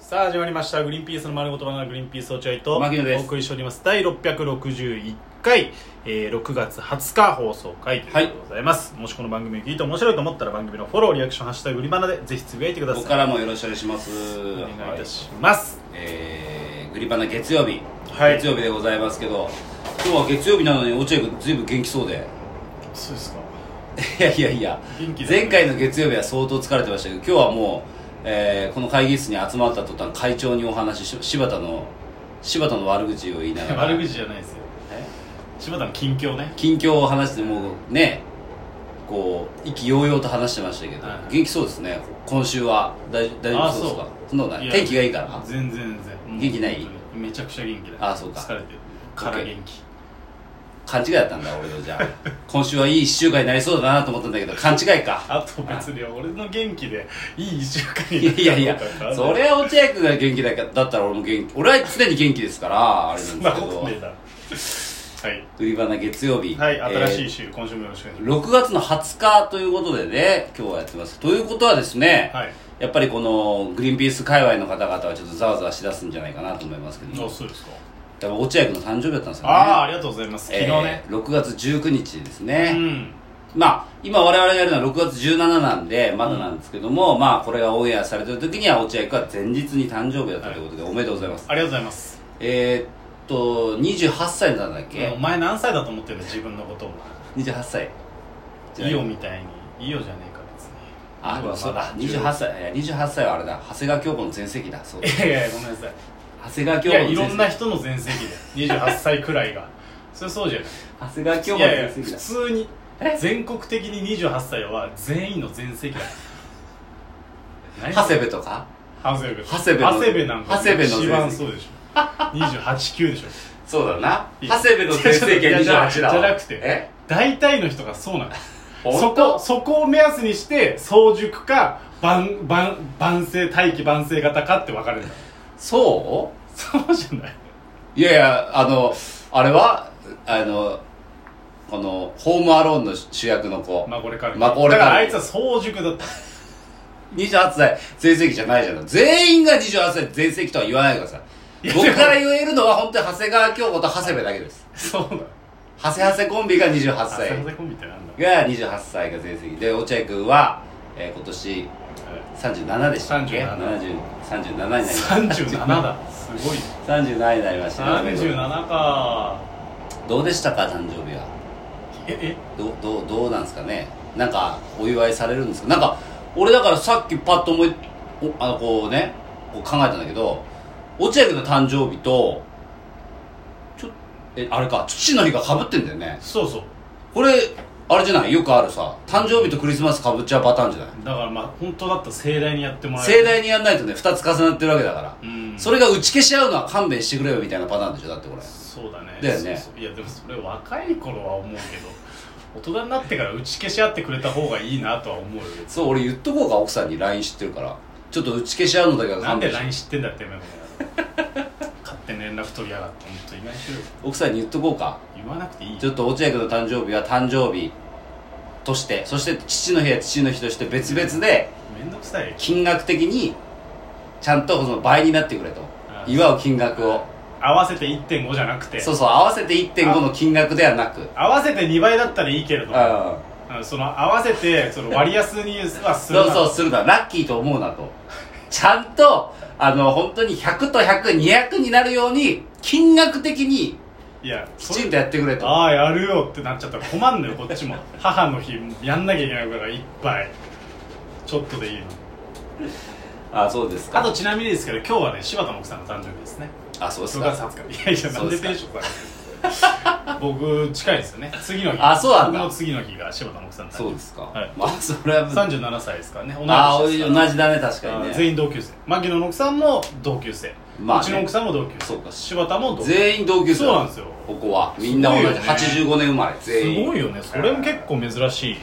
さあ始まりました「グリーンピースの丸ごとバナナグリーンピース落合」とお牧野です送りしております第661回、えー、6月20日放送回ということでございます、もしこの番組を聞いて面白いと思ったら番組のフォローリアクション「ハッシュタググリバナ」でぜひつぶやいてくだここさかいらもよろしくお願いしますお願いいたします、はいえー、グリバナ月曜日、はい月曜日でございますけど今日は月曜日なのに落合君ずいぶん元気そうで そうですかいやいやいや元気だね前回の月曜日は相当疲れてましたけど今日はもう、えーこの会議室に集まった途端会長にお話しし柴田の柴田の悪口を言いながら悪口じゃないですよえ柴田の近況ね近況を話してもうねこう意気揚々と話してましたけど、はい元気そうですね今週は大丈大丈夫そうですかあそんなことないいや天気がいいから全然全然元気なもいう本当にめちゃくちゃ元気だあそうか疲れてるから元気勘違いだったんだ俺のじゃあ今週はいい1週間になりそうだなと思ったんだけど勘違いかあと別に俺の元気でいい1週間いやいやいやなるかどうかわかんなそれは落合君が元気だかだったら俺も元気俺は常に元気ですからあれなんそんでなすけことどねえだろはい売り場の月曜日はい、新しいい週、今週もよろしくお願いし6月の20日ということでね今日はやってますということはですね、ます。はい。やっぱりこのグリーンピース界隈の方々はちょっとざわざわしだすんじゃないかなと思いますけどあ、もそうですか。やっぱ落合君の誕生日だったんですよねああー、ありがとうございます。昨日ねえ。ー6月19日ですうね、ん。まあ今我々がやるのは6月17なんでまだなんですけども、まあこれがオンエアされてる時には落合君は前日に誕生日だったということで、おめでとうございますありがとうございます。えー、っと28歳なんだっけ、お前何歳だと思ってるの自分のことを。 28歳じゃないイオみたいに。イオじゃねえか、別に。あイオはまそうだ十28歳いや28歳はあれだ長谷川京子の全盛期だそうだいやいや、ごめんなさい。長谷川い京子や、のいろ全盛ん期な人の全盛期だよ。28歳くらいが。それそうじゃない。長谷川京い子のやいや、全盛普期だ通にえ。全国的に28歳は全員の全盛期だよ。何長谷部とか長谷部長谷部の長谷部なんか長谷部の一番そうでしょ289でしょそうだない長谷部の全盛期は28だわじゃなくてえ大体の人がそうなのそ本こ当そこを目安にして早熟か晩晩晩成大器晩成型かって分かれるんだそそうじゃないういやいやあのあれはあのこのホームアローンの主役の子、まあこれからまあこれかだらからあいつは早熟だった28歳全盛期じゃないじゃない全員が28歳全盛期とは言わないでくださいいや僕から言えるのは本当に長谷川京子と長谷部だけですそうなの長谷長谷コンビが28あ歳浅瀬コンビってなんだが28歳が全盛期で落合君は、えー今年37でしたっけ37 70 37になりました37だすごい37になりました37かどうでしたか誕生日はえどどうどうなんですかねなんかお祝いされるんですかなんか俺だからさっきパッと思いおあのこうねこう考えたんだけど落合君の誕生日とちょえあれか父の日がかぶってんだよねえそうそうこれあれじゃないよくあるさ誕生日とクリスマスかぶっちゃうパターンじゃないだからまあ本当だったら盛大にやってもらえる盛大にやんないとね2つ重なってるわけだから、うんそれが打ち消し合うのは勘弁してくれよみたいなパターンでしょだってこれそうだねだよねそうそういやでもそれ若い頃は思うけ ど大人になってから打ち消し合ってくれた方がいいなとは思うよ別そう俺言っとこうか奥さんに LINE 知ってるからちょっと打ち消し合うのだけはになん勘で弁して LINE 知ってんだってめこの野郎勝手に連絡取りやがって本当意外しろよ奥さんに言っとこうか言わなくていいよちょっと落合君の誕生日は誕生日としてそして父の日は父の日として別々でめんどくさいよ金額的にちゃんとその倍になってくれとああ祝う金額を合わせて1.5じゃなくてそうそう合わせて1.5の金額ではなく合わせて2倍だったらいいけれどもああうんその合わせてその割安にはするそなうそうするなラッキーと思うなと ちゃんとあの本当に100と100200になるように金額的にいやきそれちんとやってくれとああやるよってなっちゃったら困んのよこっちも母の日やんなきゃいけないからいっぱいちょっとでいいのあそうですあとちなみにですけど今日はね柴田の奥さんの誕生日ですねあそうです6月か20日いやいやなんでテンション下がる僕近いですよね次の日あそうなんだ僕の次の日が柴田の奥さんの誕そう生ですか、はいまあそれは日37歳ですからね同いあ同年ですからじだね確かあにーね全員同級生牧野の奥さんも同級生、まあねうちの奥さんも同級生そうか柴田も同級生全員同級生そうなんですよここはみんな同じ、すごいよね85年生まれす全員ごいよねそれも結構珍しい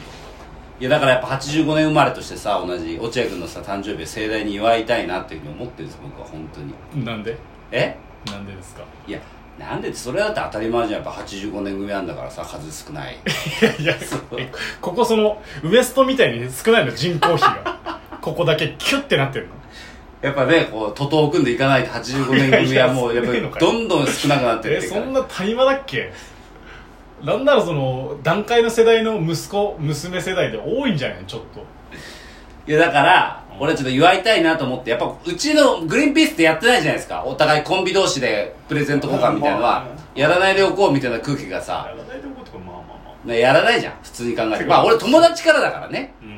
いやだからやっぱ85年生まれとしてさ同じ落合君のさ誕生日を盛大に祝いたいなっていうふうに思ってるんです僕は本当になんでえなんでですかいやなんでってそれだって当たり前じゃんやっぱ85年組なんだからさ数少ない いやえこ こそのウエストみたいに少ないの人口比がここだけキュッてなってるのやっぱね、こう、徒党を組んでいかないと85年組はもう、いややっいやぱりどんどん少なくなってえってるかそらんな谷間だっけなんならその段階の世代の息子娘世代で多いんじゃないのちょっといやだから、俺ちょっと祝いたいなと思って、やっぱうちのグリーンピースってやってないじゃないですか。お互いコンビ同士でプレゼント交換みたいなのはまあま、やらないでおこうみたいな空気があさ、らないとことかまあまあまあねやらないじゃん、普通に考えてて。かまあ俺友達からだからね。うん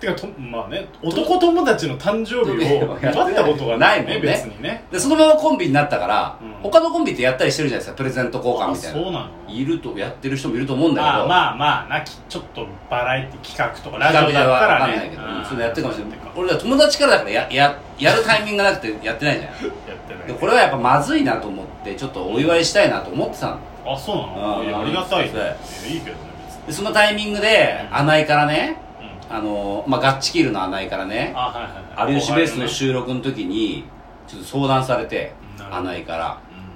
てかとまあね男友達の誕生日をやってない奪ったことがないねないもんね別にねで、そのままコンビになったから、うん他のコンビってやったりしてるじゃないですか、プレゼント交換あみたいな。そうなのいると、やってる人もいると思うんだけど。まあまあまあなきちょっとバラエティ企画とかラジラオジオでだはった分からんないねけど、うんそれやってるかもしれないやってるか俺ら友達からだからやややるタイミングがなくてやってないじゃんやってないでこれはやっぱまずいなと思ってちょっとお祝いしたいなと思ってたのあそうなのうんいやありがたいねそういいけどね別でそのタイミングでうん穴井からねにうんあのまあガッチキルの穴井からねあはいはいはい有吉ベースの後収録の時にちょっと相談されてなるほど穴井から輩のね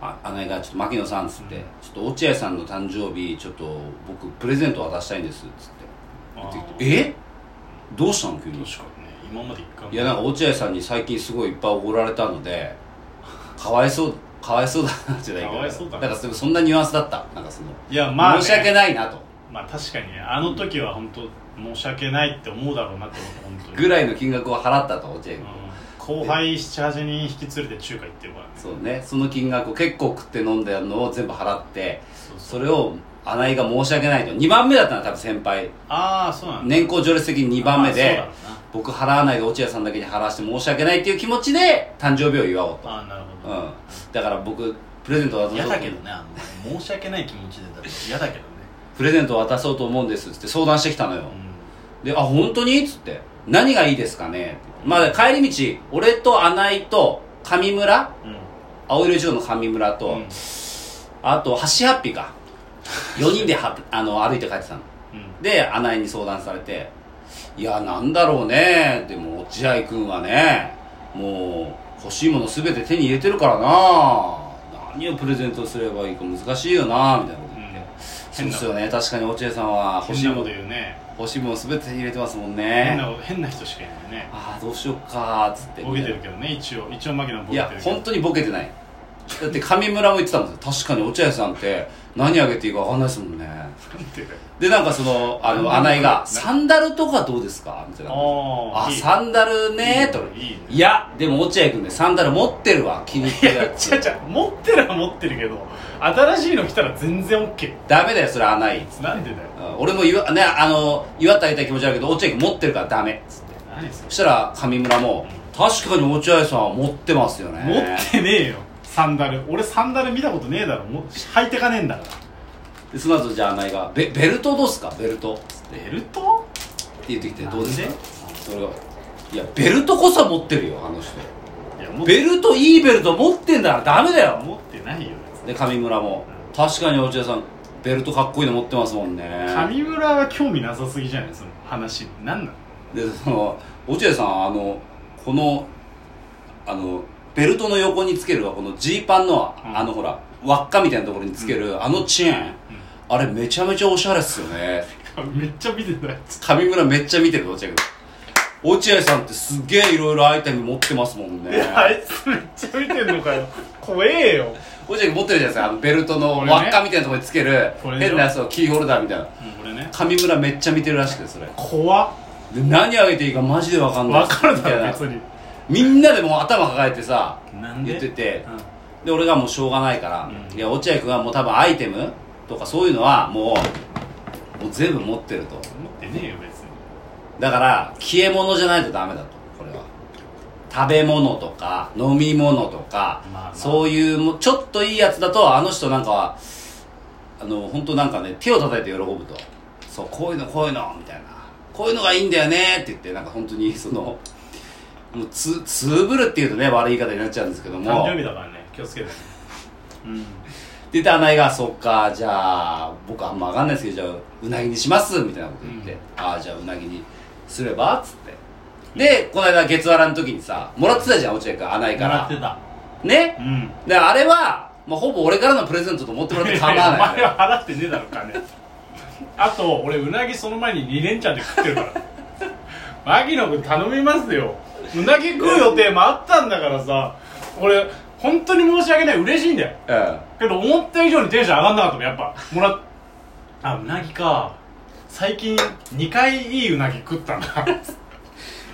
あ穴井が「ちょっと牧野さん」っつって、うんちょっと落合さんの誕生日ちょっと僕プレゼント渡したいんです」っつってうん言ってあきーて「えどうしたの急に」確かにね今まで一回もいやなんか落合さんに最近すごいいっぱい怒られたのでかわいそうかわいそうだなじゃないけどかわいそうだだなからそんなニュアンスだったなんかその、いやまあね申し訳ないなとまあ確かにねあの時は本当申し訳ないって思うだろうなって思った本当にぐらいの金額を払ったと落合君、うん後輩78人引き連れて中華行ってるからねそうねその金額を結構食って飲んだのを全部払ってそうそうそれを穴井が申し訳ないと2番目だったの多分先輩ああそうなんだ年功序列的に2番目であーそうだろ僕払わないで落合さんだけに払わして申し訳ないっていう気持ちで誕生日を祝おううと、なあーなるほうどん、だから僕プレゼント渡そうと嫌思っだてけどねあの申し訳ない気持ちでだって嫌だけどねプレゼントを渡そうと思うんですっつって相談してきたのよ、うで「あ本当に?」っつって「何がいいですかね?って」まあ帰り道俺と穴井と上村んうん青色一郎の上村と、うんあと橋ハッピーか4人ではあの歩いて帰ってたので穴井に相談されて「いやなんだろうねでも落合君はねもう欲しいもの全て手に入れてるからな何をプレゼントすればいいか難しいよな」みたいなこと言って、うんそうですよね確かに落合さんは欲しい変なもことの言うね欲しいもの全て手に入れてますもん変ねな変な人しかいないねああどうしようかーっつってボケてるけどね一応一応マキナボいケてやるけど本当にボケてないだって上村も言ってたもんですよ確かに落合さんって何あげていいか分かんないですもんねなんていうかでなんかそのあの穴井が「サンダルとかどうですか?」みたいなああーいいサンダルね」といいねいやでも落合君ねサンダル持ってるわ気に入ってるやちゃつちゃ持ってるは持ってるけど新しいの来たら全然 OK ダメだよそれ穴井なんでだようん俺も岩,、ね、あの岩ってあげたい気持ちあるけど落合君持ってるからダメっつって何それそしたら上村も「確かに落合さんは持ってますよね持ってねえよサンダル俺サンダル見たことねえだろもう履いてかねえんだからでその後じゃあ穴井が「ベベルトどうすかベルト」ってベルト言ってきてどうですなんかでそれが「いやベルトこそ持ってるよあの人いや持ってベルトいいベルト持ってんだからダメだよ持ってないよ」で上村も「確かに落合さんベルトかっこいいの持ってますもんね」上村は興味なさすぎじゃないその話に何なのでその落合さんあのこのあのベルトの横につけるはこのジーパンの、うんあのほら輪っかみたいなところにつける、あのチェーン、あれめちゃめちゃおしゃれっすよね めっちゃ見てたやつ上村めっちゃ見てる落合君落合さんってすげえいろいろアイテム持ってますもんねいやあいつめっちゃ見てんのかよ怖えよ落合君持ってるじゃないですかあのベルトのこれね輪っかみたいなところにつける、これでしょ変なそうキーホルダーみたいなもう俺ね上村めっちゃ見てるらしくてそれで怖っ何あげていいかマジでわかんない分かるみたいだろな別にみんなでもう頭抱えてさなん言っててうんで俺がもうしょうがないから、うんいや落合君はもう多分アイテムとかそういうのはもうもう全部持ってると持ってねえよ別にだから消え物じゃないとダメだとこれは食べ物とか飲み物とか、まあまあそういうもうちょっといいやつだとあの人なんかはあの本当なんかね手を叩いて喜ぶとそうこういうのこういうのみたいなこういうのがいいんだよねって言ってなんか本当にそのもうつつぶるっていうとね悪い言い方になっちゃうんですけども誕生日だからね気をつけてねうんで、たないが、そっか、じゃあ、僕あんまわかんないですけど、じゃあ、うなぎにしますみたいなこと言って、うんああ、じゃあうなぎにすればつって。で、この間、月わらの時にさ、もらってたじゃん、落合君、穴井か狙っらて。たねうんで、あれは、まあ、ほぼ俺からのプレゼントと思ってもらって構わいやおない、前は払ってねえだろ金あと俺うなぎその前に2連チャンで食ってるから牧野君頼みますようなぎ食う予定もあったんだからさ俺本当に申し訳ない嬉しいんだようんけど思った以上にテンション上がんなかったもんやっぱもらっあうなぎか最近2回いいうなぎ食ったな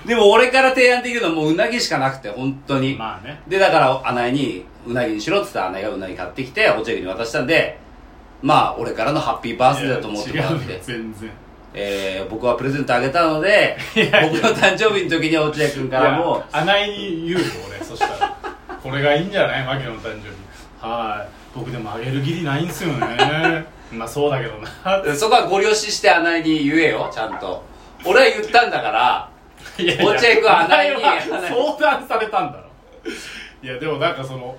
でも俺から提案できるのはもううなぎしかなくて本当に、まあねでだから穴井にうなぎにしろって言ったら穴井がうなぎ買ってきてお茶屋に渡したんでまあ俺からのハッピーバースデーだと思ってもらいっや違うてよ、全然えー、僕はプレゼントあげたので僕の誕生日の時には落合君からいもや穴井に言うよ 俺そしたらこれがいいんじゃない牧野の誕生日はい僕でもあげる義理ないんすよ ねまあそうだけどなそこはご了承して穴井に言えよちゃんと俺は言ったんだからいやいや落合君は穴井に穴井は相談されたんだろいやでもなんかその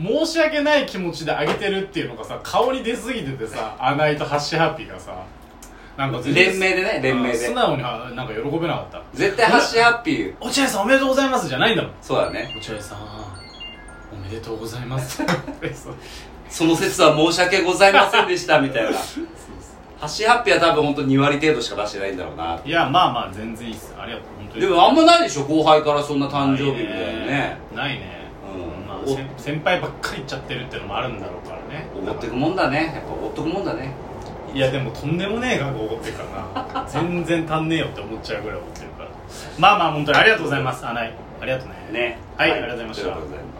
申し訳ない気持ちであげてるっていうのがさ顔に出過ぎててさ穴井とハッシーハッピーがさなんか全然連名でね連名うんで素直にはなんか喜べなかった絶対ハッシュハッピー落合さんおめでとうございますじゃないんだもんそうだね落合さんおめでとうございます そうその説は申し訳ございませんでしたみたいなハッシュハッピーは多分本当に2割程度しか出してないんだろうないやまあまあ全然いいっすありがとう本当にでもあんまないでしょ後輩からそんな誕生日みたいなねないね、うんまあ、先先輩ばっかり行っちゃってるってのもあるんだろうからねおごってくもんだねやっぱおごっとくもんだねいやでもとんでもねえ額怒ってるからな全然足んねえよって思っちゃうぐらい怒ってるからまあまあ本当にありがとうございますあないありがとうねねはいありがとうございましたありがとうございます